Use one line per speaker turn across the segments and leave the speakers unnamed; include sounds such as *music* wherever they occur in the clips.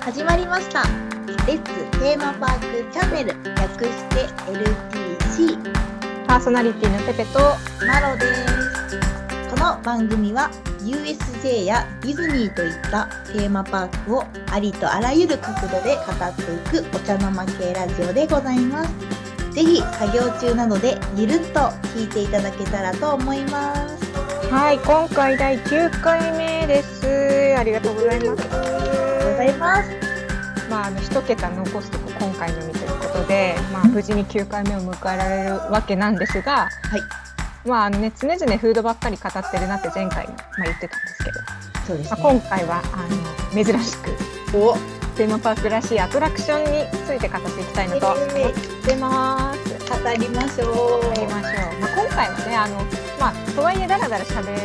始まりましたレッツテーマパークチャンネル略して LTC
パーソナリティのペペと
マロですこの番組は USJ やディズニーといったテーマパークをありとあらゆる角度で語っていくお茶の間系ラジオでございますぜひ作業中などでゆるっと聞いていただけたらと思います
はい今回第9回目ですありがとうございます
ありがとうございます
まああの一桁残すとこ今回のみということでまあ無事に9回目を迎えられるわけなんですが
はい
まああのね常々フードばっかり語ってるなって前回も、まあ、言ってたんですけど、
そうです
まあ、
ね
今回はあの珍しく
お
テーマパークらしいアトラクションについて語っていきたいなと思ってます。
語りましょ
やりましょう。まあ、今回はね、あの、まあ、とはいえ、だらだら喋るよ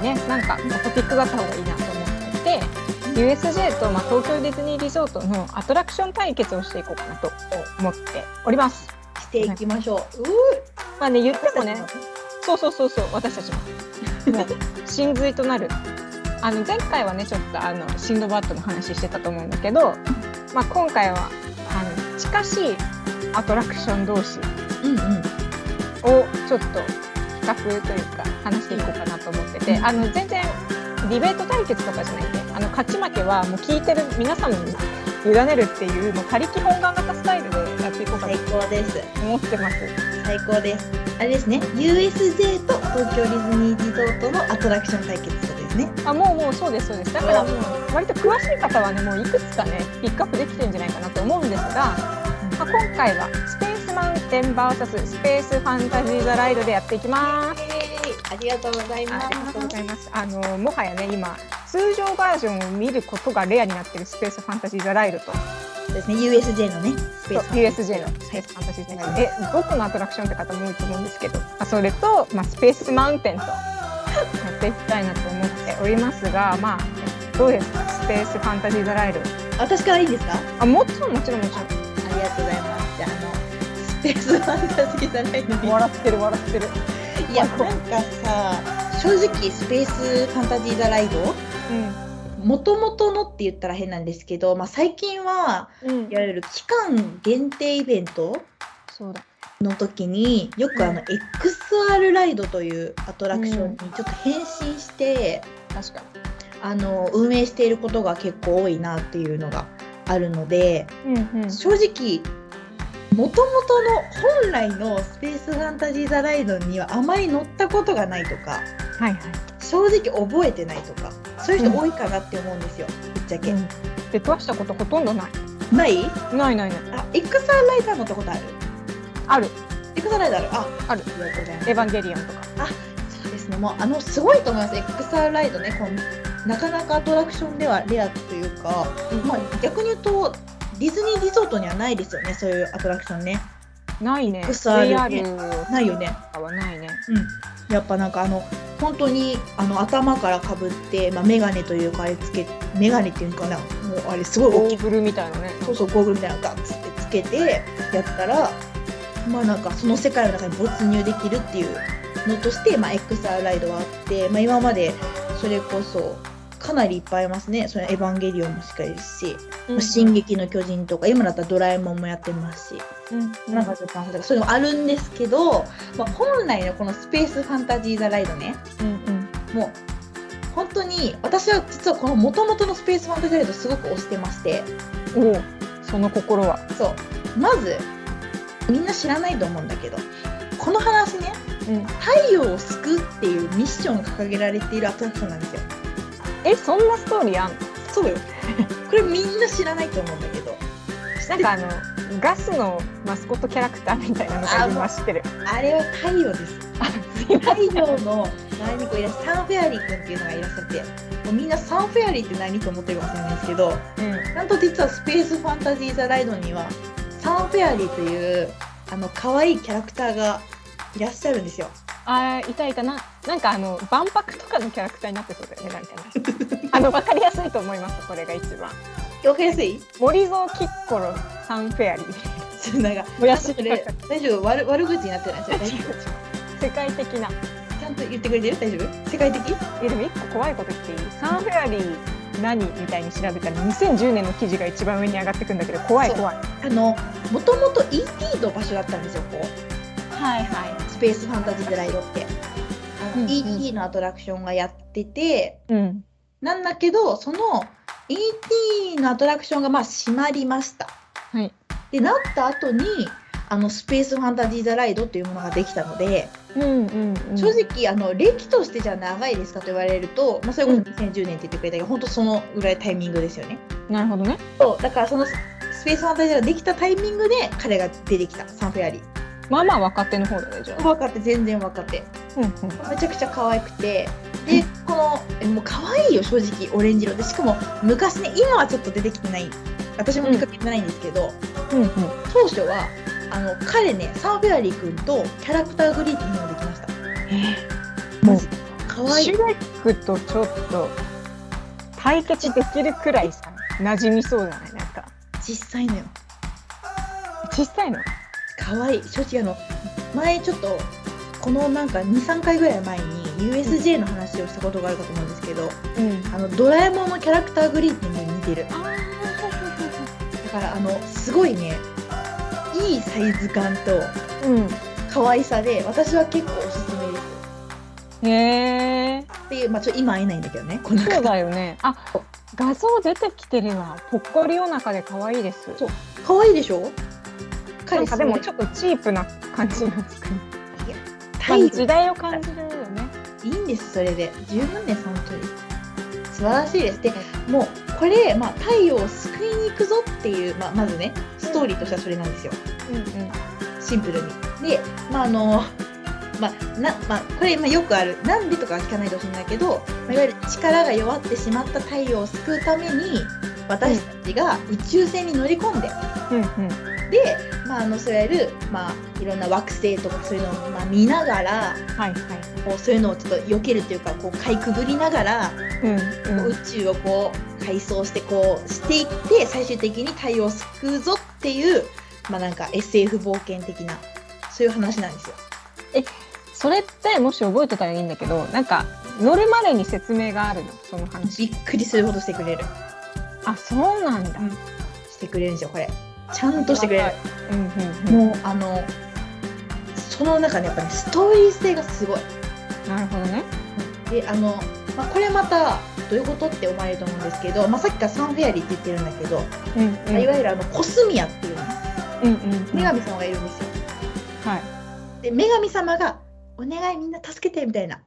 りね、なんか、トピックがあった方がいいなと思ってて。USJ と、まあ、東京ディズニーリゾートのアトラクション対決をしていこうかなと思っております。
うしていきましょうう
まあね、言って
ー
もね、そうそうそうそう、私たちも。もう、真髄となる。あの、前回はね、ちょっと、あの、シンドバッドの話してたと思うんだけど。まあ、今回は、あの、近しいアトラクション同士。
うんうん
をちょっと比較というか話していこうかなと思ってて、あの全然ディベート対決とかじゃないんであの勝ち負けはもう聞いてる皆さんに委ねるっていうもう他力本願型スタイルでやっていこうか
最
なと
高です
思ってます。
最高ですあれですね USJ と東京ディズニーリゾートのアトラクション対決ですね
あもうもうそうですそうですだからもう割と詳しい方はねもういくつかねピックアップできてるんじゃないかなと思うんですが、まあ、今回はスペースマウンテン VS スペースファンタジー・ザ・ライドでやっていきます。
ありがとうござい
ありがとうございます。あのもはやね今通常バージョンを見ることがレアになってるスペースファンタジーザライドと
そうですね USJ のねスペース
と USJ のスペースファンタジーザライドでどこのアトラクションって方も多いと思うんですけど、あそれとまあスペースマウンテンとやっていきたいなと思っておりますが、まあどうですかスペースファンタジーザライド。
私からいいですかあ
あもちろんもちろんもち
りがとうございますじゃああのスペースファンタジーじゃないの
ろん笑ってる笑ってる。
いやなんかさ正直スペースファンタジー・ザ・ライドもともとのって言ったら変なんですけど、まあ、最近は
うんうん
いわゆる期間限定イベント
そうだ。
の時によくあの XR ライドというアトラクションにちょっと変身して、
確か
あの運営していることが結構多いなっていうのがあるので、
に。うんうん
正直もともとの本来のスペースファンタジー・ザ・ライドにはあまり乗ったことがないとか
はいはい。
正直覚えてないとかそういう人多いかなって思うんですよ、ぶっちゃけ。
うん出くわしたことほとんどない。
ない
ないないない。
あ XR ライダー乗ったことある
ある。
?XR ライダーあるあ
ある
ありがとうございます。
エヴァンゲリオンとか。
そうですね、もうあのすごいと思います、XR ライドね、こうなかなかアトラクションではレアというか、まあ、逆に言うと、ディズニーリゾートにはないですよね、そういうアトラクションね。
ないね。
XR
VR
ないよね。
とかはないね。
うん、やっぱなんかあの本当にあの頭からかぶって、まあ、メガネというかあれつけメガネっていうのかなもうあれすごい
ゴ
大きい
ーグルみたいなね。
そうそうゴーグルみたいなのガッつってつけてやったらまあなんかその世界の中に没入できるっていうのとして、まあ、XR ライドはあって、まあ、今までそれこそかなりいっぱいありますね「それエヴァンゲリオン」もしっかりですし「
う
ま
ん
あ進撃の巨人」とか今だったら「ドラえもん」もやってますし、
うん
なんかちょっとそういうのもあるんですけど、まあ、本来のこの「スペースファンタジー・ザ・ライドね」
うんうん。
もう本当に私は実はこの元々の「スペースファンタジー・ザ・ライド」すごく推してまして。
おお。その心は。
そうまずみんな知らないと思うんだけどこの話ね
うん。
太陽を救うっていうミッションが掲げられているアトラクションなんですよ
え、そんなストーリーあんの。
そうよこれみんな知らないと思うんだけど
なんかあの、ガスのマスコットキャラクターみたいなのが今知ってる。
あれは太陽です太陽の周りにこういらっしゃるサンフェアリー君っていうのがいらっしゃってもうみんなサンフェアリーって何と思ってるかもしれないんですけど
うん。
なんと実はスペースファンタジー・ザ・ライドにはサンフェアリーというあの可愛いキャラクターがいらっしゃるんですよ
あーいたいたな。なんかあの、万博とかのキャラクターになってそうだよね、大
*laughs*
体ね。あの、わかりやすいと思います。これが一番。
わかりやすい
森蔵キッコロサンフェアリー。
そ *laughs* れなんか
もやし
それ大丈夫悪悪口になってないそれ大丈夫
*laughs* 世界的な。
ちゃんと言ってくれてる大丈夫世界的
えでも一個怖いこと言っていいサンフェアリー何みたいに調べたら2010年の記事が一番上に上がってくんだけど怖い
そう
怖い
あのもともと ET の場所だったんですよこう
はいは
スペースファンタジーズライドってあの、
うんうん
ET のアトラクションがやってて
いうん
なんだけどその ET のアトラクションがまあ閉まりました
はい
でなった後にあのスペースファンタジー・ザ・ライドっていうものができたので、
うんうん、うん、
正直あの歴としてじゃ長いですかと言われると、まあ、それこそ2010年って言ってくれたけど、本当そのぐらいタイミングですよね
なるほどね
そうだからそのスペースファンタジーができたタイミングで彼が出てきたサンフェアリー
まあまあ若手の方だねじゃあ
若手全然若手
うんうん
めちゃくちゃ可愛くてでこのえもう可愛いよ正直オレンジ色でしかも昔ね今はちょっと出てきてない私も見かけてないんですけど、
うんうん
当初はあの彼ねサンフェアリー君とキャラクターグリーティングができました
もう
かわい
シ
い
ュレックとちょっと対決できるくらいさ馴染みそうじゃないなんか
実際のよ
小さいの
かわいい正直あの前ちょっとこのなんか23回ぐらい前に USJ の話をしたことがあるかと思うんですけど
うん
あのドラえもんのキャラクターグリーティングに似てる
ああ
だからあのすごいねいいサイズ感と
うん
可愛さで私は結構おすすめです
へえ
っていうまあちょっと今会えないんだけどねこんな
そう
方
だよねあ画像出てきてるわぽっこりお腹で可愛いです
そう可愛いでしょ
な
彼
んかでも
す
ちょっとチープな感じの作りまあ
ごい態度
時代を感じるよね
いいんですそれで十分です本当に素晴らしいですでもうこれ、まあ、太陽を救いに行くぞっていう、まあ、まずねストーリーとしてはそれなんですよ
うんうん
シンプルにでまああのまあなまあ、これ、まあ、よくあるなんでとかは聞かないでほしいんだけど、まあ、いわゆる力が弱ってしまった太陽を救うために私たちが宇宙船に乗り込んで
うんうん
で、まあ、あのそういわゆる、まあ、いろんな惑星とかそういうのを、まあ、見ながら
はいはい
こうそういうのをちょっと避けるというかこうかいくぐりながら
うんうん
宇宙をこう改装してこうしていって最終的に太陽を救うぞっていうまあなんか SF 冒険的なそういう話なんですよ。
それってもし覚えてたらいいんだけどなんか乗るまでに説明があるのその話
びっくりするほどしてくれる
あそうなんだ
うんしてくれるんですよこれちゃんとしてくれる。
うんうんうん
もうあのその中でやっぱねストーリー性がすごい。
なるほどね
であの、まあ、これまたどういうことって思われると思うんですけど、まあ、さっきからサンフェアリーって言ってるんだけど、
うん
まあいわゆるあのコスミアっていうね
うんうんうん
女神様がいるんですよ。
はい
で女神様が「お願いみんな助けて」みたいな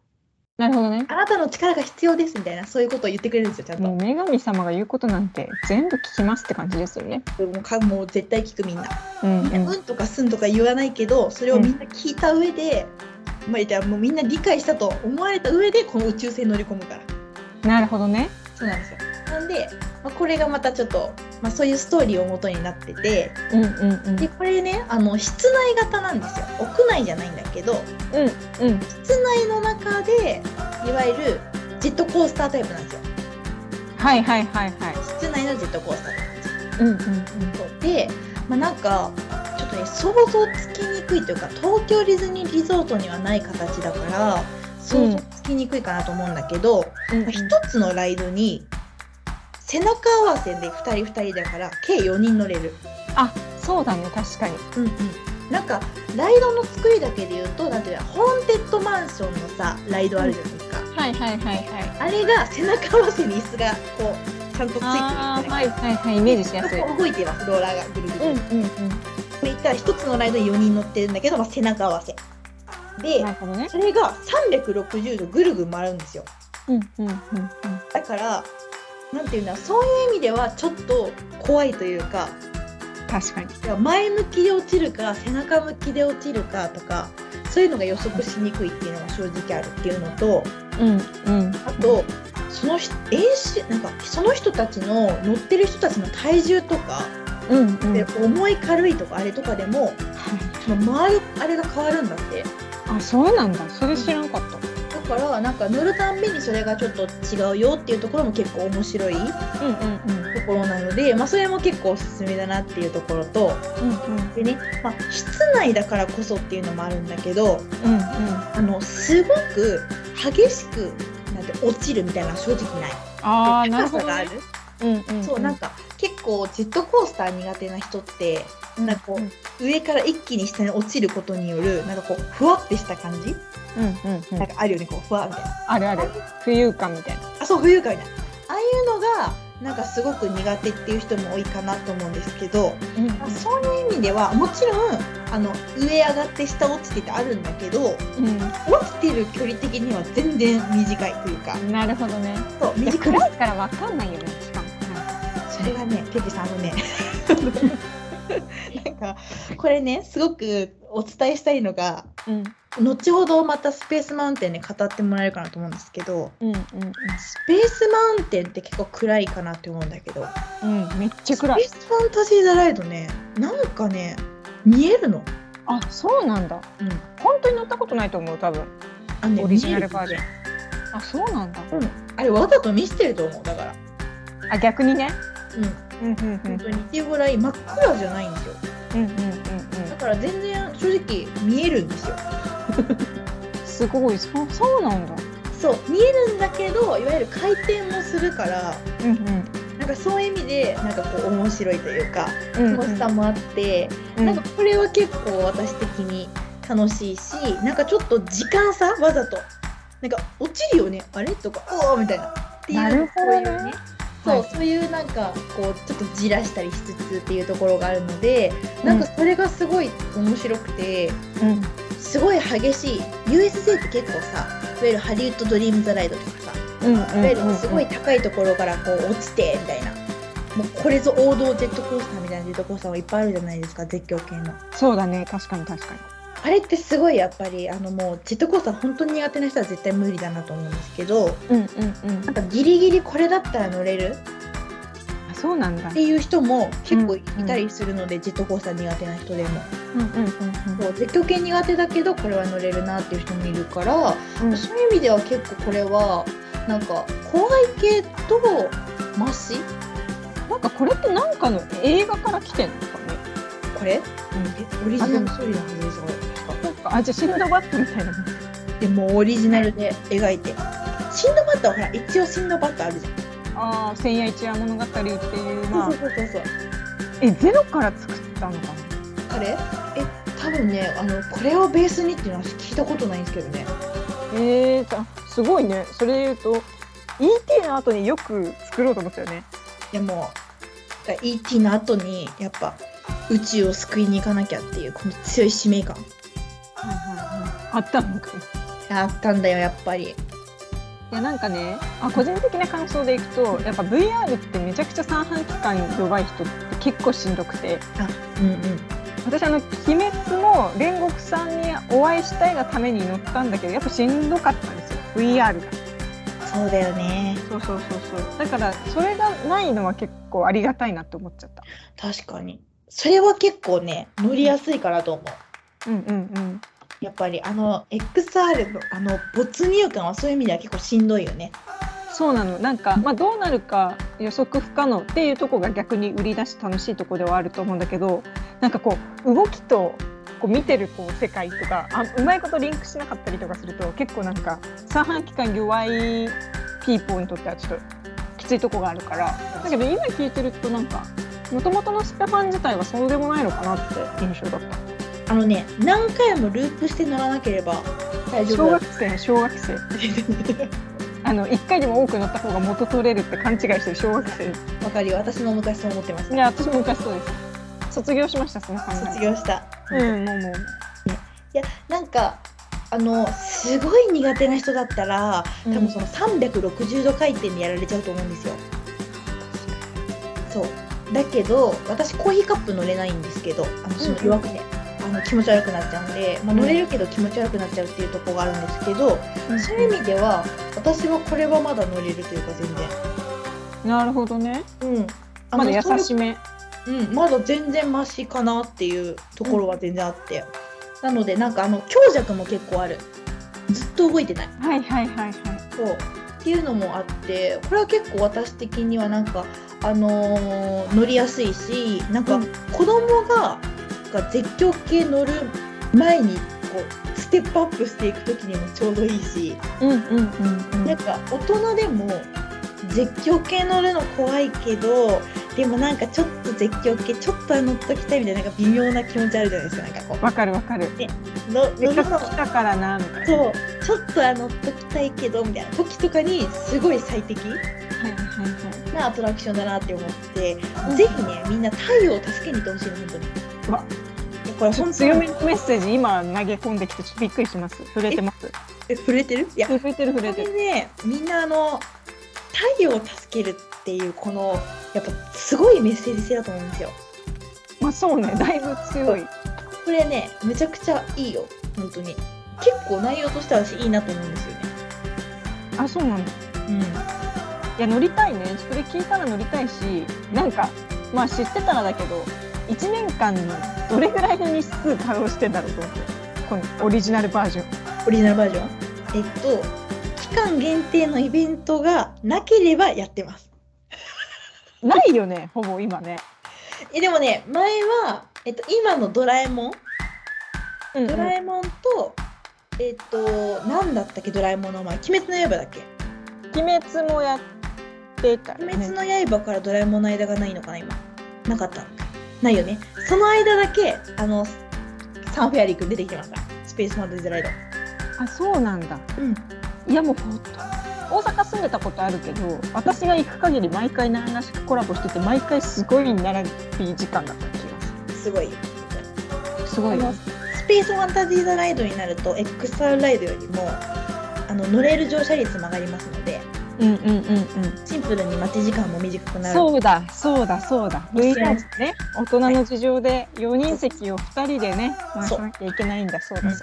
なるほどね
「あなたの力が必要です」みたいなそういうことを言ってくれるんですよちゃんと。
もう女神様が言うことなんて全部聞きますって感じですよね
もうかもう絶対聞くみんな。
うんうん
うんとかすんとか言わないけどそれをみんな聞いた上で、まあ言ったらもうみんな理解したと思われた上でこの宇宙船に乗り込むから。
なるほどね
そうなんですよなんで、まあ、これがまたちょっと、まあ、そういうストーリーを元になってて
うんうんうん
でこれねあの室内型なんですよ屋内じゃないんだけど
うんうん
室内の中でいわゆるジェットコースタータイプなんですよ
はいはいはいはい
室内のジェットコースタータイプ
うんうん
そうで、まあ、なんかちょっとね想像つきにくいというか東京ディズニーリゾートにはない形だから想像つきにくいかなと思うんだけど、
うん
まあ一つのライドに背中合わせで2人2人だから計4人乗れる、
あそうだね確かに
うんうん、なんかライドの作りだけで言うとなんていうのホーンテッドマンションのさライドあるじゃないですか、
はいはいはいはい
あれが背中合わせに椅子がこうちゃんとついてるみた
あ
い
ー
な
はいはいはいイメージしやすい
こう動いてますローラーがぐるぐる、
うんうん
言ったら一つのライドに4人乗ってるんだけど、まあ、背中合わせで
なるほどね
それが360度ぐるぐる回るんですよ
うんうんうん
だからなんていうんだそういう意味ではちょっと怖いというか
確かに
いや前向きで落ちるか背中向きで落ちるかとかそういうのが予測しにくいっていうのが正直あるっていうのと
うんうん
あとその人演習なんかその人たちの乗ってる人たちの体重とか、
うんうん
で重い軽いとかあれとかでもその回るあれが変わるんだって
あそうなんだそれ知らんかった
だからなんか乗るたんびにそれがちょっと違うよっていうところも結構面白いと
うんうん
ころなので、まあ、それも結構おすすめだなっていうところと
うんうんうん
でね、まあ、室内だからこそっていうのもあるんだけど
うん
あのすごく激しくなんて落ちるみたいなのは正直ない
ああなる
高
ほ
さ
ど、
があ
ね
る、。
うんうんうん、
そうなんか結構ジェットコースター苦手な人って
うん
なんかこう上から一気に下に落ちることによるなんかこうふわってした感じ、
うんうんうん
なんかあるよねこうふわみたいな
あるある浮遊感みたいな。
あそう冬かみたいなああいうのがなんかすごく苦手っていう人も多いかなと思うんですけど、
うん
まあそういう意味ではもちろんあの上上がって下落ちてってあるんだけど
う
落ちてる距離的には全然短いというか
ん、なるほどね。
そう
いや
短い
暗いからわかんないよねしかも。
それがね、ペペさんあのね、 *laughs* なんかこれね、すごくお伝えしたいのが、
うん
後ほどまたスペースマウンテンで語ってもらえるかなと思うんですけど、
うんうん
スペースマウンテンって結構暗いかなって思うんだけど、
うんうんめっちゃ
スペ
暗い
ー。スファンタジー・ザ・ライドね、なんかね、見えるの。
あそうなんだ。
うん、
本当に乗ったことないと思う多分
あのね
オリジナルバージョ
見える
ン。あそうなんだ。
あれ、わざと見せてると思う、だから。
あ逆にね。
うん、
うんうんうん
本当にっていうぐらい真っ暗じゃないんですよ。
うんうんうんうん。
だから全然正直見えるんですよ。
すごいそうそうなんだ。
そう見えるんだけどいわゆる回転もするから
うんうん
なんかそういう意味でなんかこう面白いというか
うん
楽しさもあって、
うん
なんかこれは結構私的に楽しいしなんかちょっと時間差わざとなんか落ちるよねあれとかおおみたいなっていう
なるほどね
そういうねそう、
はい
そういうなんかこうちょっとじらしたりしつつっていうところがあるのでなんかそれがすごい面白くて。
うん
すごい激しい USJ って結構さいわゆるハリウッド・ドリーム・ザ・ライドとかさ
うん
い
うん
わゆ
うんう
る
ん
すごい高いところからこう落ちてみたいなもうこれぞ王道ジェットコースターみたいなジェットコースターもいっぱいあるじゃないですか絶叫系の
そうだね確かに確かに。
あれってすごいやっぱりあのもうジェットコースター本当に苦手な人は絶対無理だなと思うんですけど
うんうんうん
なん。かギリギリこれだったら乗れる
あそうなんだ
っ。ていう人も結構いたりするので、ジェットコースター苦手な人でも
うんうんうんうん。
そう絶叫系苦手だけどこれは乗れるなっていう人もいるから
うん
そういう意味では結構これはなんか怖い系とマシ
なんかこれってなんかの映画から来てんのかね。
これえオリジナル
あでも
ストーリーのはずですよこれ確か
なんかあじゃあシンドバッドみたいなもん。
でもオリジナルで描いてシンドバッドはほら一応シンドバッドあるじゃん、
ああ千夜一夜物語っていうまあ
そうそうそうそう
えゼロから作ったのか
彼え多分ねあのこれをベースにっていうのは聞いたことないんですけどね
な。ええー、あすごいね。それで言うと E.T. の後によく作ろうと思ったよね。
でもだから E.T. の後にやっぱ宇宙を救いに行かなきゃっていうこの強い使命感
はいはいはい。あったのかな。
あったんだよやっぱり
いやなんかねあ個人的な感想でいくとやっぱ VR ってめちゃくちゃ三半規管弱い人って結構しんどくて
うんうん
私あの「鬼滅」も煉獄さんにお会いしたいがために乗ったんだけどやっぱしんどかったんですよ VR が
そうだよね
そうそうそうそうだからそれがないのは結構ありがたいなって思っちゃった
確かにそれは結構ね乗りやすいからと思う
うんうん
やっぱりあの XR のあの没入感はそういう意味では結構しんどいよね
そうなのなんか、まあ、どうなるか予測不可能っていうところが逆に売り出し楽しいところではあると思うんだけどなんかこう動きとこう見てるこう世界とかあうまいことリンクしなかったりとかすると結構なんか三半規管弱いピーポーにとってはちょっときついとこがあるからだけど今聞いてるとなんかもともとのスペファン自体はそうでもないのかなって印象だった
あのね何回もループして乗らなければ大丈
小
夫だ
学生小学生あの1回でも多く乗った方が元取れるって勘違いしてる小学生
*laughs* わかるよ私も昔そう思ってました
ね、私も昔そうです。卒業しました、その考え。
卒業した、
うん、もうもう。
いやなんかあのすごい苦手な人だったら多分その360度回転でやられちゃうと思うんですよ、そうだけど私コーヒーカップ乗れないんですけどあのその弱くて、あの気持ち悪くなっちゃうんで、まあ、乗れるけど気持ち悪くなっちゃうっていうところがあるんですけど、
うん
そういう意味では私はこれはまだ乗れるというか全
なるほどね。
然うんあ
ま
の
だ優
そ
しめ。
れうんまだ全然マシかなっていうところは全然あって、なのでなんかあの強弱も結構あるずっと動いてない
はいはいはいはい。
そうっていうのもあってこれは結構私的にはなんか、あのー乗りやすいしなんか
うん
子供がが絶叫系乗る前にこうステップアップしていく時にもちょうどいいし、
うんうんうんうん。
なんか大人でも絶叫系乗るの怖いけどでもなんかちょっと絶叫系ちょっとは乗っときたいみたいななんか微妙な気持ちあるじゃないですかなんかこ
わかるわかる
うの
せ
乗
っか
る
く
の
来たからなみたいな
そうちょっとは乗っときたいけどみたいな時とかにすごい最適
はいはい
なアトラクションだなって思って、
うん
ぜひねみんな太陽を助けに行ってほしいの本当に
うわ
いやこれ本
はい
当に
強めのメッセージ今投げ込んできてちょっとびっくりします震えてます
え震えてるいや
震えてる震え
本当
て
に
る
ねみんなあの太陽を助けるっていうこのやっぱすごいメッセージ性だと思うんですよ
まあそうねだいぶ強い
これねめちゃくちゃいいよ本当に結構内容としては私いいなと思うんですよね
あそうなんだ
うん
いや乗りたいねそれ聞いたら乗りたいしなんかまあ知ってたらだけど1年間にどれぐらいの日数稼働してんだろうと思ってこのオリジナルバージョン
オリジナルバージョンえっと期間限定のイベントがなければやってます
ないよねほぼ今ね、
えでもね前は、えっと、今のドラえもん
うん
ドラえもんと、えっと、なんだったっけ、ドラえもんの前、鬼滅の刃だっけ。
鬼滅もやってたよ
鬼
ね
滅の刃からドラえもんの間がないのかな、今。なかった。ないよね。その間だけ、あの、サンフェアリー君出てきてました。スペースマンディズライド。
あそうなんだ
うん。
いやもうほんと大阪住んでたことあるけど私が行く限り毎回何らしくコラボしてて毎回すごい並び時間だった気がす
すごいよ。
るすごい
あの
よ
スペースファンタジーザライドになると、XR ライドよりも、あの、乗れる乗車率も上がりますので、
うんうんうんうん
シンプルに待ち時間も短くなる。
そうだそうだそうだ
そう
VR ね大人の事情で4人席を2人でね回
そ
さ
う
なきゃいけないんだそうだそう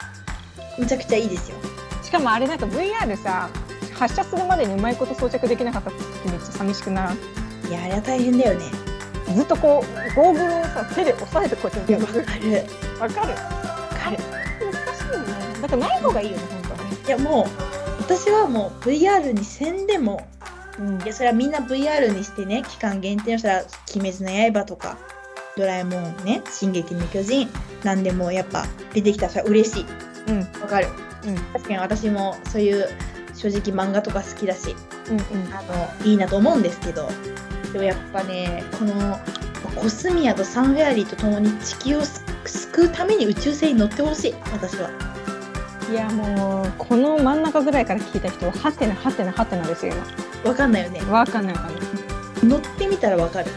めちゃくちゃいいですよ。
だしかもあれなんか VR さ発射するまでにうまいこと装着できなかった時めっちゃ寂しくない
いや、あれは大変だよね。
ずっとこうゴーグルをさ手で押さえてこうやって
いや、
や
わ
る
かる。わ
わかる
かる。
難しいよねだからない方がいいよね本当はね
いやもう私はもう VR にせんでも
うん
いやそれはみんな VR にしてね期間限定のしたら「鬼滅の刃」とか「ドラえもん」ね「進撃の巨人」なんでもやっぱ出てきたらそれは嬉しい
うん
わかる
うん
確かに私もそういう正直漫画とか好きだし
うん
あのいいなと思うんですけどでもやっぱねこのコスミアとサンフェアリーと共に地球を救うために宇宙船に乗ってほしい私は
うんいやもうこの真ん中ぐらいから聞いた人はハテナハテナハテナですよ
わかんないよね
今わかんないわかんない
乗ってみたらわかる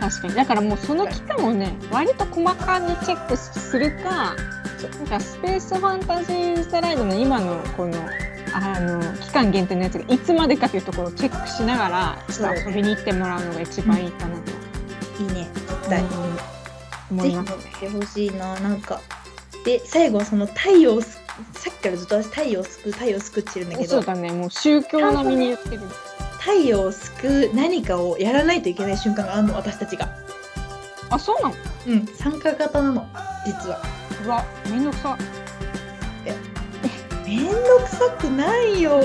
確かにだからもうその期間をね割と細かにチェックするかなんかスペースファンタジー・ザ・ライドの今のこのあの期間限定のやつがいつまでかというところをチェックしながらちょっと遊びに行ってもらうのが一番いいかなと
いいね絶対、
思
ぜ
い
ひ乗っ
ます。
てほしいな、なんか。で、最後はその太陽をす、さっきからずっと私太陽を救う、太陽を救うって言ってるんだけ
そ
ど
う、だねもう宗教並みに言ってる
太陽を救う何かをやらないといけない瞬間があるの、私たちが。
あそうなの
うん、参加型なの、実は。
うわめんどくさ
めんどくさくないよ。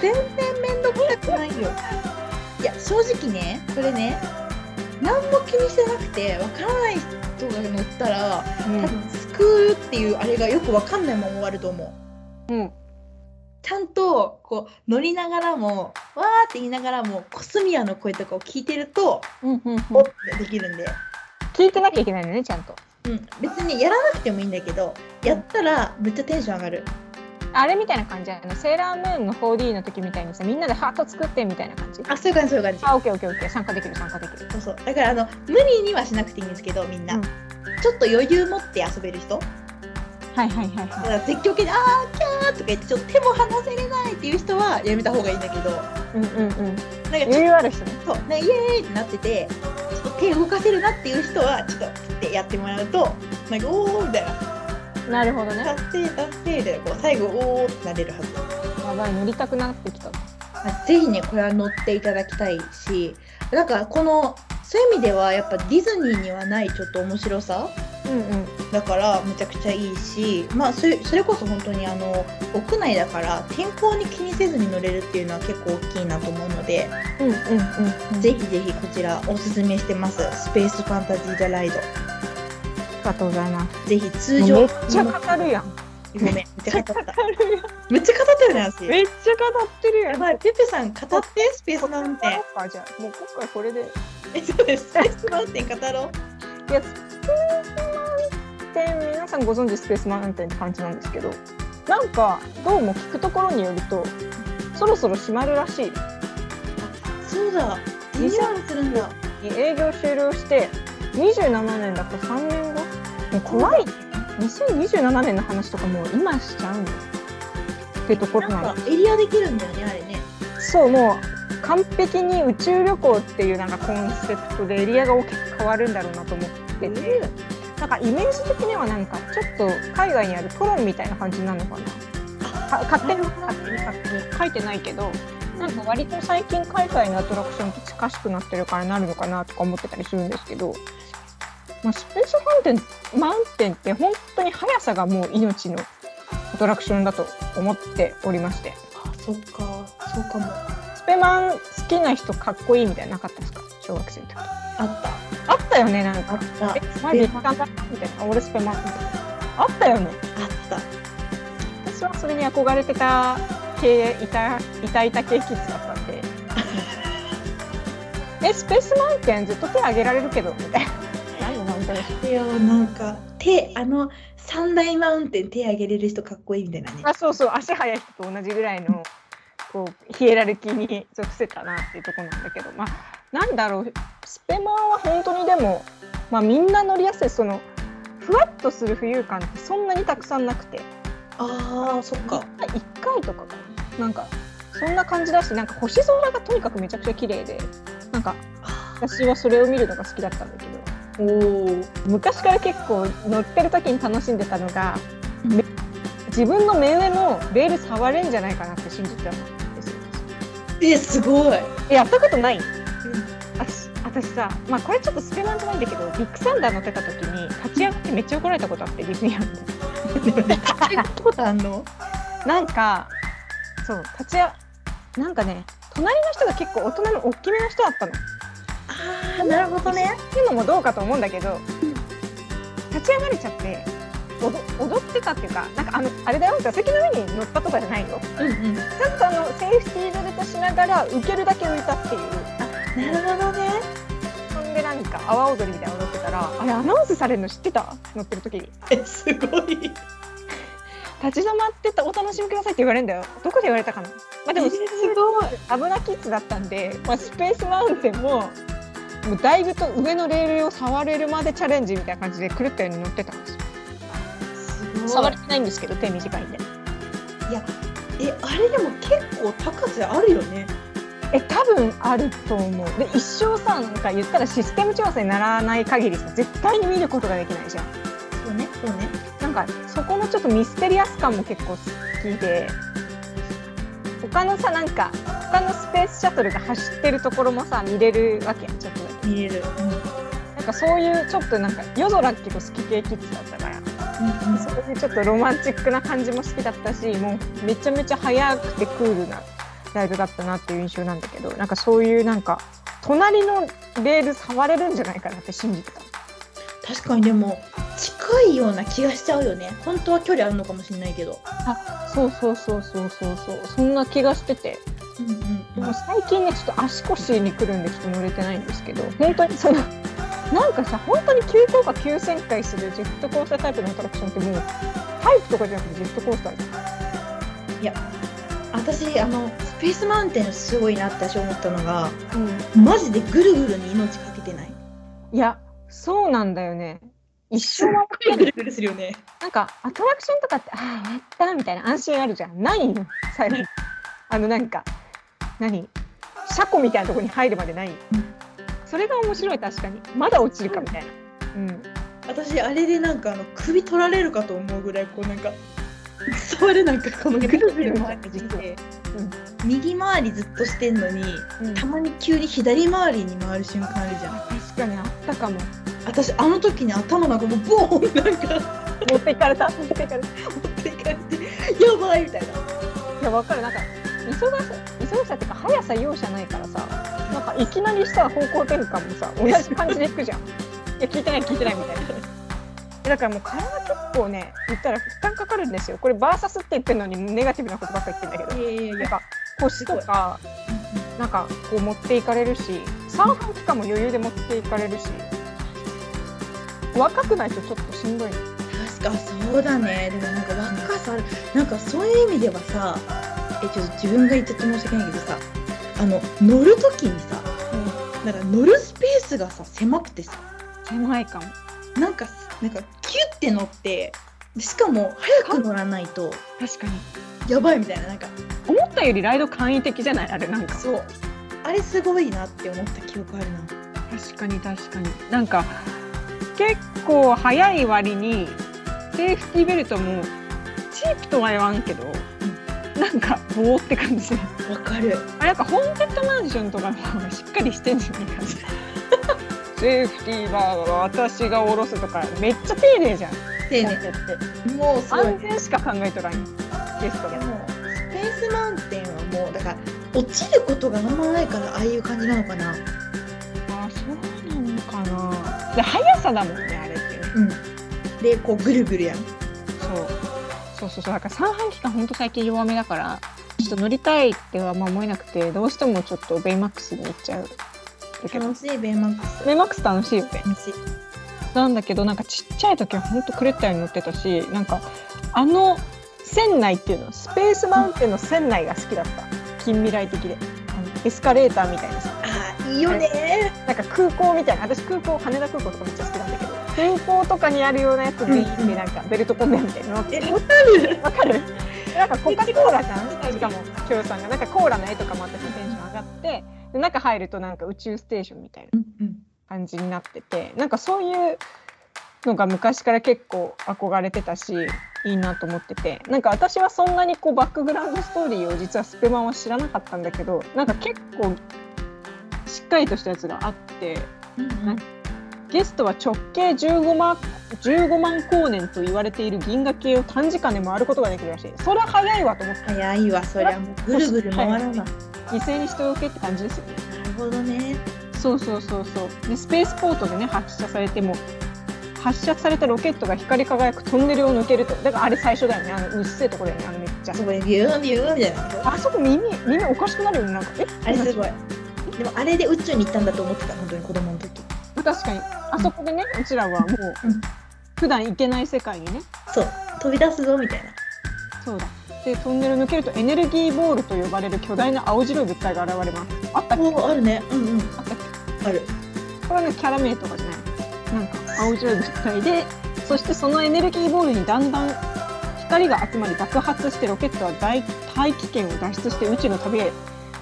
全然めんどくさくないよ。いや、正直ね、これね、何も気にしてなくて、わからない人が乗ったら、多分救うっていうあれがよくわかんないまま終わると思う。
うん、うん、
ちゃんとこう乗りながらもわーって言いながらもコスミアの声とかを聞いてると
うんうんうん
おってできるんで、
聞いてなきゃいけないのねちゃんと
うん、別にやらなくてもいいんだけどやったらめっちゃテンション上がる
あれみたいな感じあのセーラームーンの 4D の時みたいにさみんなでハート作ってみたいな感じ
あそういう感じそういう感じ
あ、オッケーオッケーオッケー、参加できる参加できる。
そうそうだからあの無理にはしなくていいんですけどみんな、
うん
ちょっと余裕持って遊べる人
はいはいはい
だ
は
から絶叫系で「あーキャー」とか言ってちょっと手も離せれないっていう人はやめた方がいいんだけどなんか
い。うんうんうん。
ちょっ
余裕ある人ね。
とそうなんかイエーイってなっててちょっと手動かせるなっていう人はちょっとつってやってもらうとなんか「おー」みたいな。
なるほどね。や
達成達成でこう最後おーってなれるはず、
ばい、乗りたくなってきた。
まあ、ぜひねこれは乗っていただきたいしなんかこのそういう意味ではやっぱディズニーにはないちょっと面白さ
うんうん。
だからめちゃくちゃいいしまあそれそれこそ本当にあの屋内だから天候に気にせずに乗れるっていうのは結構大きいなと思うので
うんうんうん。
ぜ
ひ。
ひぜひこちらおすすめしてますスペースファンタジー・ザ・ライド
ありがとうございます。
ぜひ通
め
常
っちゃ語るやん。
ごめん、めっちゃ語った。
め
めっちゃ語ったよね、私。
っちゃ語ってるや
や
ん。
ばい、ペペさん語って、スペースマウンテン。
かじゃあもう今回これで。
え、そうです。スペースマウンテン語ろう。
いやスペースマウンテン皆さんご存知スペースマウンテンって感じなんですけどなんかどうも聞くところによるとそろそろ閉まるらしい
そうだ。リニューアルするんだ。
営業終了して27年だと3年後もう怖い2027年の話とかもう今しちゃうんだってところな
な
の
んかエリアできるんだよね、あれね。
そうもう完璧に宇宙旅行っていうなんかコンセプトでエリアが大きく変わるんだろうなと思ってて、なんかイメージ的にはなんかちょっと海外にあるコロンみたいな感じなのかなか勝手に勝手に勝手に書いてないけどなんか割と最近海外のアトラクションと近しくなってるからなるのかなとか思ってたりするんですけど、まあ、スペースマウンテンマウンテンって本当に速さがもう命のアトラクションだと思っておりまして
あ、そっか。そうかも。
スペマン好きな人かっこいいみたいなのなかったですか小学生の時あ
あった。
ったよねなん
あ
か
った。あ
えマジ時間だみたいな俺スペマンみたいなあったよね
った。
私はそれに憧れてた系いたいたいた系キッズだったん
*laughs*
でえスペースマウンテンずっと手挙げられるけどみ
*laughs*
たいな何のマウンテンでしょ
いやなんか手あの三大マウンテン手上げれる人かっこいいみたいなね
あそうそう足速い人と同じぐらいのこうヒエラルキーに属してたなっていうところなんだけどまあなんだろうスペマーは本当にでも、まあ、みんな乗りやすいそのふわっとする浮遊感ってそんなにたくさんなくて
あーそっか
1回とかかななんかそんな感じだしなんか星空がとにかくめちゃくちゃ綺麗でなんか私はそれを見るのが好きだったんだけど
おお
昔から結構乗ってる時に楽しんでたのが、
うん
め自分の目上のレール触れんじゃないかなって信じてたんですよ
えすごい
えやったことない私私さ、まあ、これちょっとスペマンじゃないんだけどビッグサンダー乗ってた時に立ち上がってめっちゃ怒られたことあってディズニーランドで
ことあんの
なんかそう立ち上なんかね隣の人が結構大人の大きめの人だったの
あーなるほどね
っていうのもどうかと思うんだけど立ち上がれちゃって踊踊ってたっていうかなんかあのあれだよ座席の上に乗ったとかじゃないよ
うんうん
ちゃんとあのセーフティーベルトしながら浮けるだけ浮いたっていう
なるほどね
そんでなんか阿波踊りみたいなの踊ってたらあれアナウンスされるの知ってた乗ってる時に
えすごい
立ち止まってたお楽しみくださいって言われるんだよどこで言われたかなまあでも
えーすごい
危なキッズだったんで、まあ、スペースマウンテンももうだいぶと上のレールを触れるまでチャレンジみたいな感じで狂ったように乗ってたんですよ
すご
触
い
れてないんですけど手短いんで
えあれでも結構高さあるよね
え多分あると思うで一生さなんか言ったらシステム調整にならない限りさ絶対に見ることができないじゃん
そうねそうね
なんかそこのちょっとミステリアス感も結構好きで他のさなんか他のスペースシャトルが走ってるところもさ見れるわけやんちょっとだけ
見れるうんうん
なんかそういうちょっとなんか夜空って結構好き系キッズだったから
うん
そういうちょっとロマンチックな感じも好きだったしもうめちゃめちゃ速くてクールなライブだったなっていう印象なんだけどなんかそういうなんか隣のレール触れるんじゃないかなって信じてた
確かにでも近いような気がしちゃうよね本当は距離あるのかもしれないけど
そうそうそうそうそうそうそんな気がしてて
うんうん
もう最近ねちょっと足腰に来るんでちょっと乗れてないんですけど本当にその *laughs* なんかさ本当に急降下急旋回するジェットコースタータイプのアトラクションってもうタイプとかじゃなくてジェットコースターじゃん
私あのスペースマウンテンすごいなって私思ったのが
うん
マジでぐるぐるに命かけてない
いや、そうなんだよね。一生は
ぐるぐるするよね
なんかアトラクションとかって、ああ、やったみたいな安心あるじゃん。ないよ、最後。あの、なんか、何車庫みたいなとこに入るまでない。それが面白い、確かに。まだ落ちるかみたいな。うん。
私あれでなんかあの首取られるかと思うぐらいこうなんか触れなんかこのぐるぐる回ってきて、右回りずっとしてんのに
うん、
たまに急に左回りに回る瞬間あるじゃん
確かにあったかも。
私あの時に頭なんかもうボーンなんか
持っていかれた。 *laughs* 持っていかれた。
持っていかれてやばいみたいない
や、わかる。なんか、忙し忙しさっていうか、速さ容赦ないからさ、なんかいき *laughs* なりした方向転換もさ、同じ感じでいくじゃん。いや、聞いてない、聞いてないみたいな。だからもう体結構ね言ったら負担かかるんですよこれバーサスって言ってるのにネガティブなことばっかり言ってんだけど
いやいやい
なん
や
か腰とかなんかこう持っていかれるし三半期間も余裕で持っていかれるし若くないとちょっとしんどい
確かそうだねでもなんか若さなんかそういう意味ではさえちょっと自分が言っちゃって申し訳ないけどさあの乗る時にさなんか乗るスペースがさ狭くてさ
狭いかも
なんかなんかキュッて乗ってでしかも早く乗らないと
確かに
やばいみたいななんか
思ったよりライド簡易的じゃないあれなんか
そうあれすごいなって思った記憶あるな
確かに確かになんか結構早い割にセーフティーベルトもチープとは言わんけど、なんか棒って感じ
わかる
あなんかホーンテッドマンションとかの方がしっかりしてんじゃないか *laughs* セーフティーバーは私が下ろすとかめっちゃ丁寧じゃん
丁
ホーン
寧
テッド
もうすごい
安全しか考えとらんゲスト
いや
が
もうスペースマウンテンはもうだから落ちることがあんまないからああいう感じなのかな
あそうなのかなで速さだもんねあれってね
うんでこうぐるぐるやん
そうそうそうそうだから三半期間ほんと最近弱めだからちょっと乗りたいってはまあ思えなくてどうしてもちょっとベイマックスに行っちゃうだけど
楽しいベイマックス
ベイマックス楽しいよね
楽しい
なんだけどなんかちっちゃい時はほんと狂ったように乗ってたしなんかあの船内っていうのスペースマウンテンの船内が好きだった近未来的であのエスカレーターみたいなさ
ああいいよね
なんか空港みたいな私空港羽田空港とかめっちゃ好きなんだけど空港とかにあるようなやつビーってなんかベルトコンベアみたいなの乗って
えわかる
わかるなんかコカ・コーラさんし
し
か
か
も
も
キョロさんがなんかコーラの絵とかもあってテンション上がってで中入るとなんか宇宙ステーションみたいな
うんうん
感じになっててなんかそういうのが昔から結構憧れてたしいいなと思っててなんか私はそんなにこうバックグラウンドストーリーを実はスペマンは知らなかったんだけどなんか結構しっかりとしたやつがあって
うんうん
ゲストは直径15万 ,15 万光年と言われている銀河系を短時間で回ることができるらしいそれは早いわと思って
早いわそりゃもうぐるぐる回らないなる
犠牲にしておけって感じですよね
ほどね
そうそうそうそうでスペースポートでね発射されても発射されたロケットが光り輝くトンネルを抜けるとだからあれ最初だよねあのうっせえとこだよねあのめっちゃ
すごいビューンビューンみたいな
あそこ耳耳おかしくなるよねなんかえ
あれすごいでもあれで宇宙に行ったんだと思ってた本当に子供の時
確かにあそこでねうちらはもう、
うん
普段行けない世界にね
そう飛び出すぞみたいな
そうだでトンネル抜けるとエネルギーボールと呼ばれる巨大な青白い物体が現れますあったっけ
おおあるねうんうん
あったっけ
ある
これはねキャラ名とかじゃないなんか青白い物体でそしてそのエネルギーボールにだんだん光が集まり爆発してロケットは大大気圏を脱出して宇宙の旅へ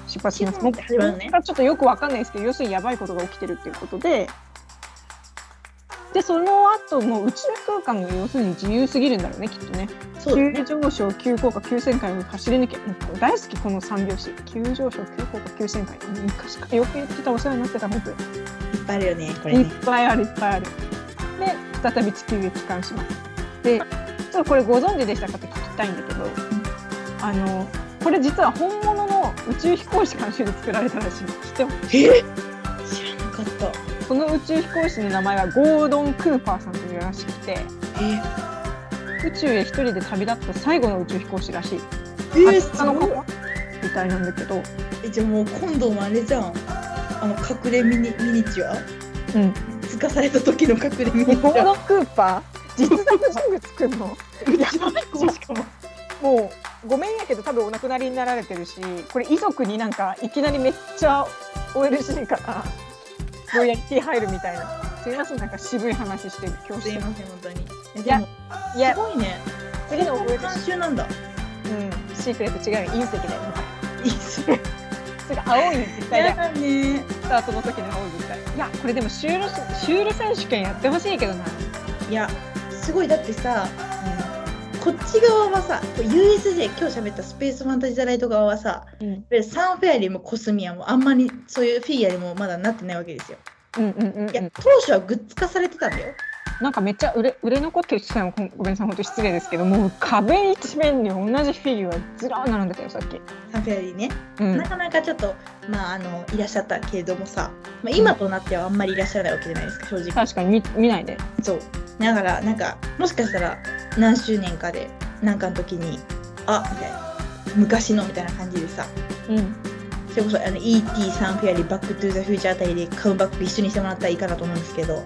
出発します。もうこ
始まるね
れからちょっとよくわかんないですけど要するにやばいことが起きてるっていうことで。でその後もう宇宙空間が要するに自由すぎるんだろうねきっとね
そうだ
急
ね
上昇急降下急旋回を走り抜けもう大好きこの3拍子急上昇急降下急旋回昔からよく言ってたお世話になってた本当に
いっぱいあるよねこれ
いっ
ね
ぱいあるいっぱいある。で再び地球へ帰還します。でちょっとこれご存知でしたかって聞きたいんだけどあのこれ実は本物の宇宙飛行士監修で作られたらしい知ってます
え知らなかった
その宇宙飛行士の名前はゴードン・クーパーさんというらしくて
え
宇宙へ一人で旅立った最後の宇宙飛行士らしい。
ー、えー、
明
す
日の
ごい
方みたいなんだけど、
えじゃあもう今度もあれじゃんあの隠れミニミニチュア
うん、
つかされた時の隠れミニチ
ゴー
ュ
ド
ア
ン・クーパー実在の人物作るの
やばい子しかも
もうごめんやけど多分お亡くなりになられてるしこれ遺族になんかいきなりめっちゃ OLC からロイヤリティ入るみたいなすいませんなんか渋い話して恐
すい
縮
ません本当にえ
いや
でも
いや
すごいね
次の
監
OLC、
修なんだ
うん、シークレット違うよ隕石だよ
いいそれ
それが青い実体だよ
だね
スタートの時の青い実体いやこれでもシュールシュール選手権やってほしいけどな、
いやすごいだってさこっち側はさこう USJ 今日喋ったスペースファンタジーザライト側はさ
うんうん、
サンフェアリーもコスミアもあんまりそういうフィギュアにもまだなってないわけですよ
うんうんうんうん
いや当初はグッズ化されてたんだよ
なんかめっちゃ売れ売れ残ってる人さんごごめんなさい本当失礼ですけどもう壁一面に同じフィギュアずらー並んでたよさっき。
カフェよりね、
うん
なかなかちょっとまああのいらっしゃったけれどもさ、まあ、今となってはあんまりいらっしゃらないわけじゃないですか正直
確かに見見ないで。
そうだからなんかもしかしたら何周年かでなんかの時にあみたいな昔のみたいな感じでさ
うん、
それこそあの E.T. サンフェアリーバック・トゥ・ザ・フューチャーあたりでカムバック一緒にしてもらったらいいかなと思うんですけど
大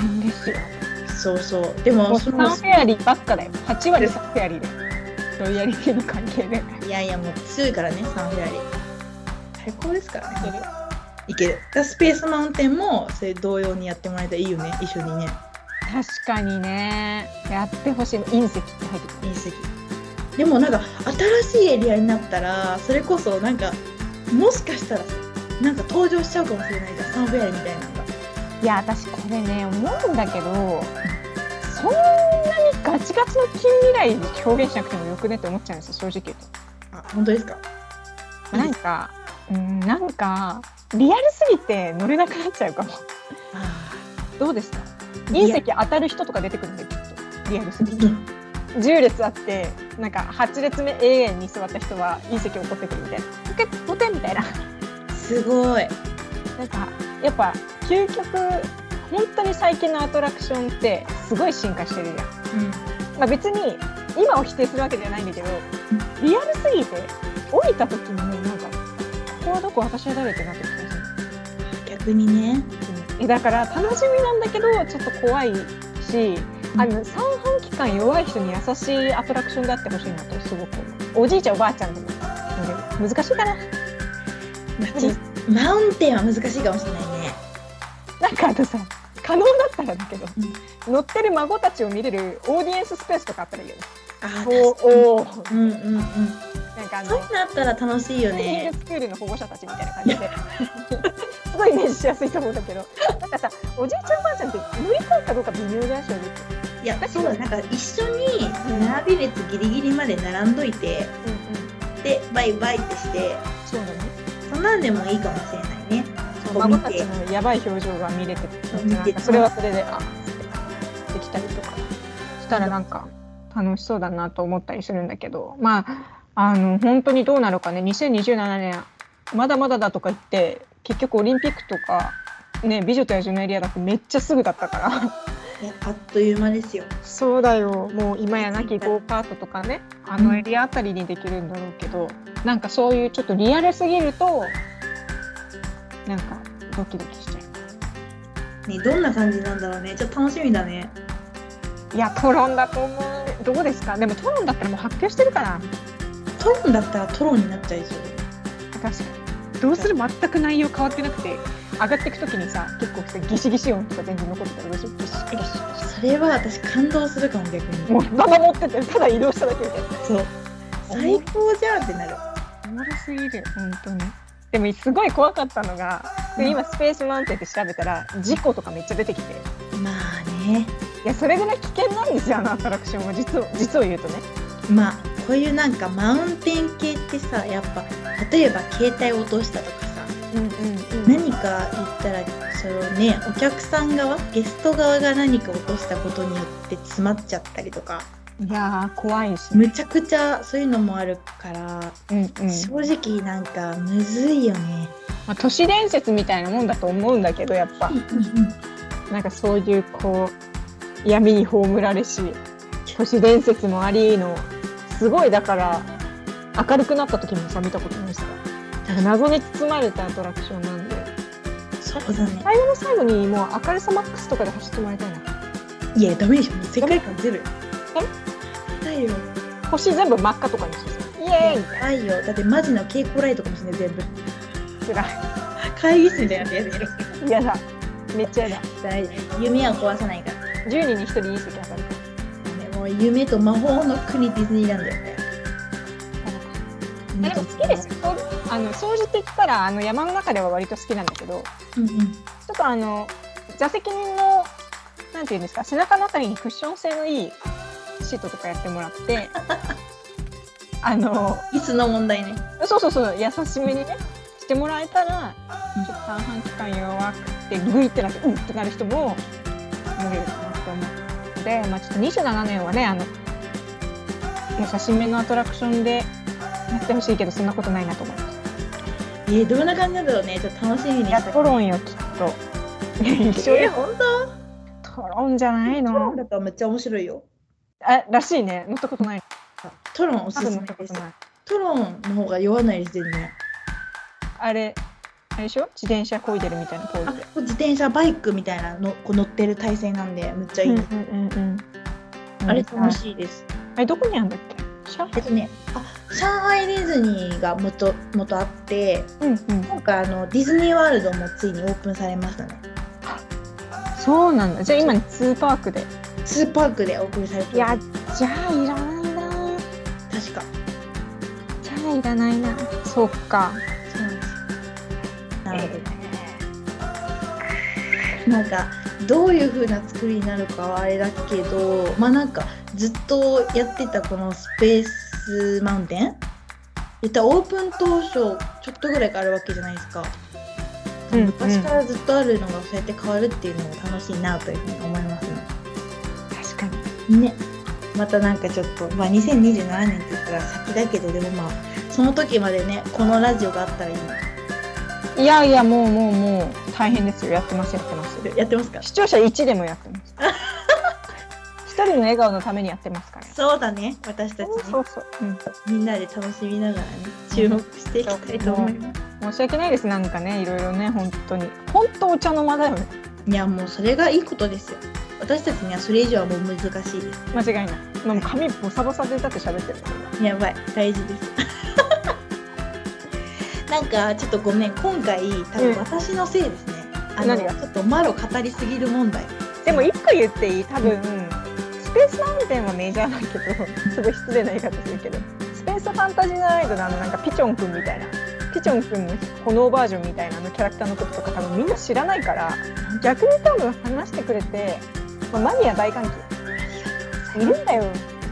変ですよ。
そうそうで
も
も
う
そ
サン
の
フェアリーばっかだよ。8割サンフェアリーで。ロイヤリティの関係で。
いやいやもう強いからねサンフェアリー最高ですからねいけるだからスペースマウンテンもそれ同様にやってもらえたらいいよね一緒にね
確かにね。やってほしい。隕石って入ってく
隕
る。
石でもなんか新しいエリアになったらそれこそなんかもしかしたらなんか登場しちゃうかもしれないじゃんサンフェアリーみたいなのが
いや私これね思うんだけどそんなにガチガチの近未来で表現しなくてもよくねって思っちゃうんですよ正直言う
あ本当ですか
と。なんかうんなんかリアルすぎて乗れなくなっちゃうかも。
あ
どうですか
ー
隕石当たる人とか出てくるんできっとリアルすぎて。10列あってなんか8列目 A 円に座った人は隕石を起こってくるみたいな「ポケポテン」みたいな
すごい
なんかやっぱ究極本当に最近のアトラクションってすごい進化してるじゃん。まあ、別に今を否定するわけじゃないんだけどリアルすぎて降りた時にもうなんかここはどこ私は誰ってなってきたし、
逆にね
えだから楽しみなんだけどちょっと怖いしあの三半規管弱い人に優しいアトラクションであってほしいなとすごく思うおじいちゃんおばあちゃんでもうん難しいかな
まあちょマウンテンは難しいかもしれないね
なんかあとさ可能だったらだけど、乗ってる孫たちを見れるオーディエンススペースとかあったらいいよね。
あー確かに
おおー
うんうんうん
なんかあ
そ
の
うなったら楽しいよ
スイミン
ね
グスクールの保護者たちみたいな感じですごいイメージしやすいと思うんだけどなんかさおじいちゃんおばあちゃんって乗りたいかどうか微妙だしょ、
いや
確
そ
か
う
に
だなんか一緒に並び列ギリギリまで並んどいて
うんうん、
でバイバイってして
そうだね
そんなんでもいいかもしれないね
そう孫たちのやばい表情が見れて
そう見て
なんかそれはそれであできたりとかしたらなんか楽しそうだなと思ったりするんだけどまああの本当にどうなのかね2027年まだまだだとか言って結局オリンピックとか、ね「美女と野獣」のエリアだってめっちゃすぐだったから。
いやあっという間ですよ
そうだよもう今やなきゴーカートとかねあのエリアあたりにできるんだろうけど、なんかそういうちょっとリアルすぎるとなんかドキドキしちゃ
ねどんな感じなんだろうねちょっと楽しみだね
ういやトロンだと思うどうですかでもトロンだったらもう発表してるかな
トロンだったらトロンになっちゃいそう
確かにどうする全く内容変わってなくて上がっていく時にさ結構さギシギシ音とか全然残ってたらどうしようギシギシ
それは私感動するかも逆
も
に
うまだ持っててただ移動しただけみたいな
そう最高じゃんってなる
おもろすぎる本当にでもすごい怖かったのがで今スペースマウンテンって調べたら事故とかめっちゃ出てきて
まあね
いやそれぐらい危険なんですよあのアトラクションは実を実を言うとね
まあこういうなんかマウンテン系ってさやっぱ例えば携帯を落としたとかさ
うんうん
何か言ったらそのねお客さん側ゲスト側が何か落としたことによって詰まっちゃったりとか
いやー怖いし、
むちゃくちゃそういうのもあるから、
うんうん
正直なんかむずいよね。
まあ、都市伝説みたいなもんだと思うんだけどやっぱなんかそういうこう闇に葬られし都市伝説もありのすごいだから明るくなった時もさ見たことないしさなんか謎に包まれたアトラクションなんで
そうだね。
最後の最後にもう明るさマックスとかで走ってもらいたいない
やダメでしょ。もう世界観ゼロよ。だよ。
星全部真っ赤とかにしてさイエーイ
だよ。だってマジの蛍光ライトかもしれない全部。
つら
会議室みたいなやつやでる。
い嫌だめっちゃ嫌だ
大丈夫夢は壊さないから。
10人に1人隕石当たるか
ねもう夢と魔法の国ディズニーランドやね。
らでも好きですよそうあの掃除って言ったらあの山の中では割と好きなんだけど
うんうん。
ちょっとあの座席のなんていうんですか背中のあたりにクッション性のいいシートとかやってもらって *laughs* あの
椅子の問題ね。
そうそうそう優しめにねしてもらえたら
うん
ちょっと三半規管弱くてグイってなってうんってなる人も乗れるかなと思うので、まあ、ちょっと27年はねあの優しめのアトラクションでやってほしいけどそんなことないなと思います。
えー、どんな感じなんだろうね。ちょっと楽しみにし
や
て
っとろんよきっと。一緒
えー、
よ。
本当
トロンじゃない
トロ
の
ンだったらめっちゃ面白いよ。
あらしいね。乗ったことない。
トロンおす
多
す
分
め
乗ったこ
で
と
す。
ない。
トロンの方が酔わないですよね。
あれ、あれでしょ自転車漕いでるみたいなポ
あ
ーズで。
自転車バイクみたいなのこう乗ってる体勢なんでめっちゃいい、
うんうんうんうん
あれ
うん
楽しいです、
あれどこにあるんだっけ上
えっとねあ上海ディズニーが元元あって
うんうん。
今回あのディズニーワールドもついにオープンされましたね
そうなんだ。じゃあ今2パークで。
スーパークでオープンされて
い
る
や、じゃあいらないな。
確か
じゃあいらないな。そうか。
そうなんですなので、
え
なんかどういう風な作りになるかはあれだけどまあなんかずっとやってたこのスペースマウンテン言ったらオープン当初ちょっとぐらいからあるわけじゃないですか、
うんうん
昔からずっとあるのがそうやって変わるっていうのも楽しいなというふうに思います
ー確かに。
ねねまたなんかちょっと、まあ、2027年って言ったら先だけどでもまあその時までねこのラジオがあったらいいない
やいや、もうもうもう大変ですよ。やってます、やってます。
やってますか
視聴者1でもやって *laughs* ます。一人の笑顔のためにやってますから。
そうだね私たちね
そうそう。うん
みんなで楽しみながらね注目していきたいと思います。
申し訳ないです。なんかね、いろいろね、本当に。本当お茶の間だよね。
いやもうそれがいいことですよ。私たちにはそれ以上はもう難しいです。
間違いない。まあ、もう髪ボサボサでだって喋ってる。
やばい大事です。 *laughs* なんかちょっとごめん今回多
うん
分私のせいですね。あの
何が
ちょっとマロ語りすぎる問題。
でも一個言っていい多分、スペースマウンテンはメジャーだけど、 *laughs* すごい失礼な言い方するけど、スペースファンタジーナイトのあのなんかピチョンくんみたいな、ピチョンくんの炎バージョンみたいなあのキャラクターのこととか多分みんな知らないから、逆に多分話してくれて、まあ、マニア大歓喜。いるんだよ、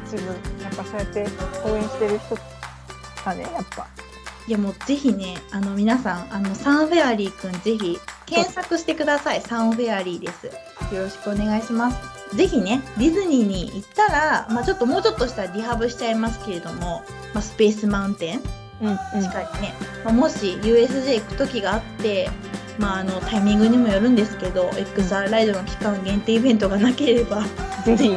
一部。やっぱそうやって応援してる人だね、やっぱ。
いやもうぜひねあの皆さんあのサンフェアリーくんぜひ検索してくださいサンフェアリーですよろしくお願いしますぜひねディズニーに行ったら、まあ、ちょっともうちょっとしたらリハブしちゃいますけれども、まあ、スペースマウンテン
うん、うん。
近いね、まあ、もし USJ 行く時があってまああのタイミングにもよるんですけど XR ライドの期間限定イベントがなければ
ぜひ。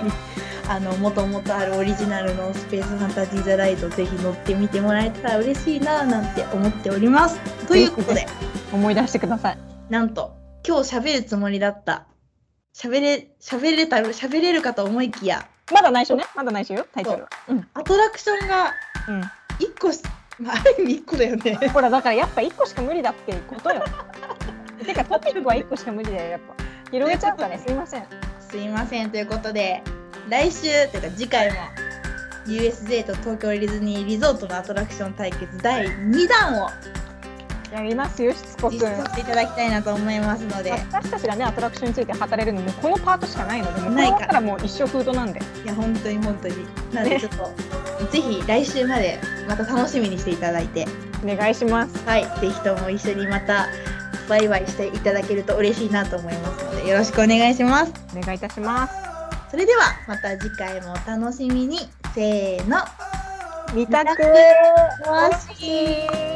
あの元々あるオリジナルのスペースファンタジーザライドぜひ乗ってみてもらえたら嬉しいななんて思っております。ということで
思い出してください。
なんと今日喋るつもりだった喋れ喋れた喋れるかと思いきや
まだ内緒ね。まだ内緒よ。タイトルは。うん。
アトラクションが
う
1個し、まあ、ある意味1個だよね。
ん。ほら、だからやっぱ一個しか無理だっていうことよ。 *laughs* てか、トピックは一個しか無理だよ、やっぱ。広げちゃうからね、すいません。
すいませんということで来週というか次回も USJ と東京ディズニーリゾートのアトラクション対決第2弾を
やりますよ、しつこく。
実施させていただきたいなと思いますので
私たちがね、アトラクションについて働れるのも、このパートしかないので、もうこ
ない
れ
から
だったらもう一生フードなんで。
いや本当に本当になのでちょっとぜひ来週までまた楽しみにしていただいて
お願いします。
はいぜひとも一緒にまたバイバイしていただけると嬉しいなと思いますのでよろしくお願いします
お願いいたします。
それではまた次回もお楽しみにせーの
みた
み
く
たく
し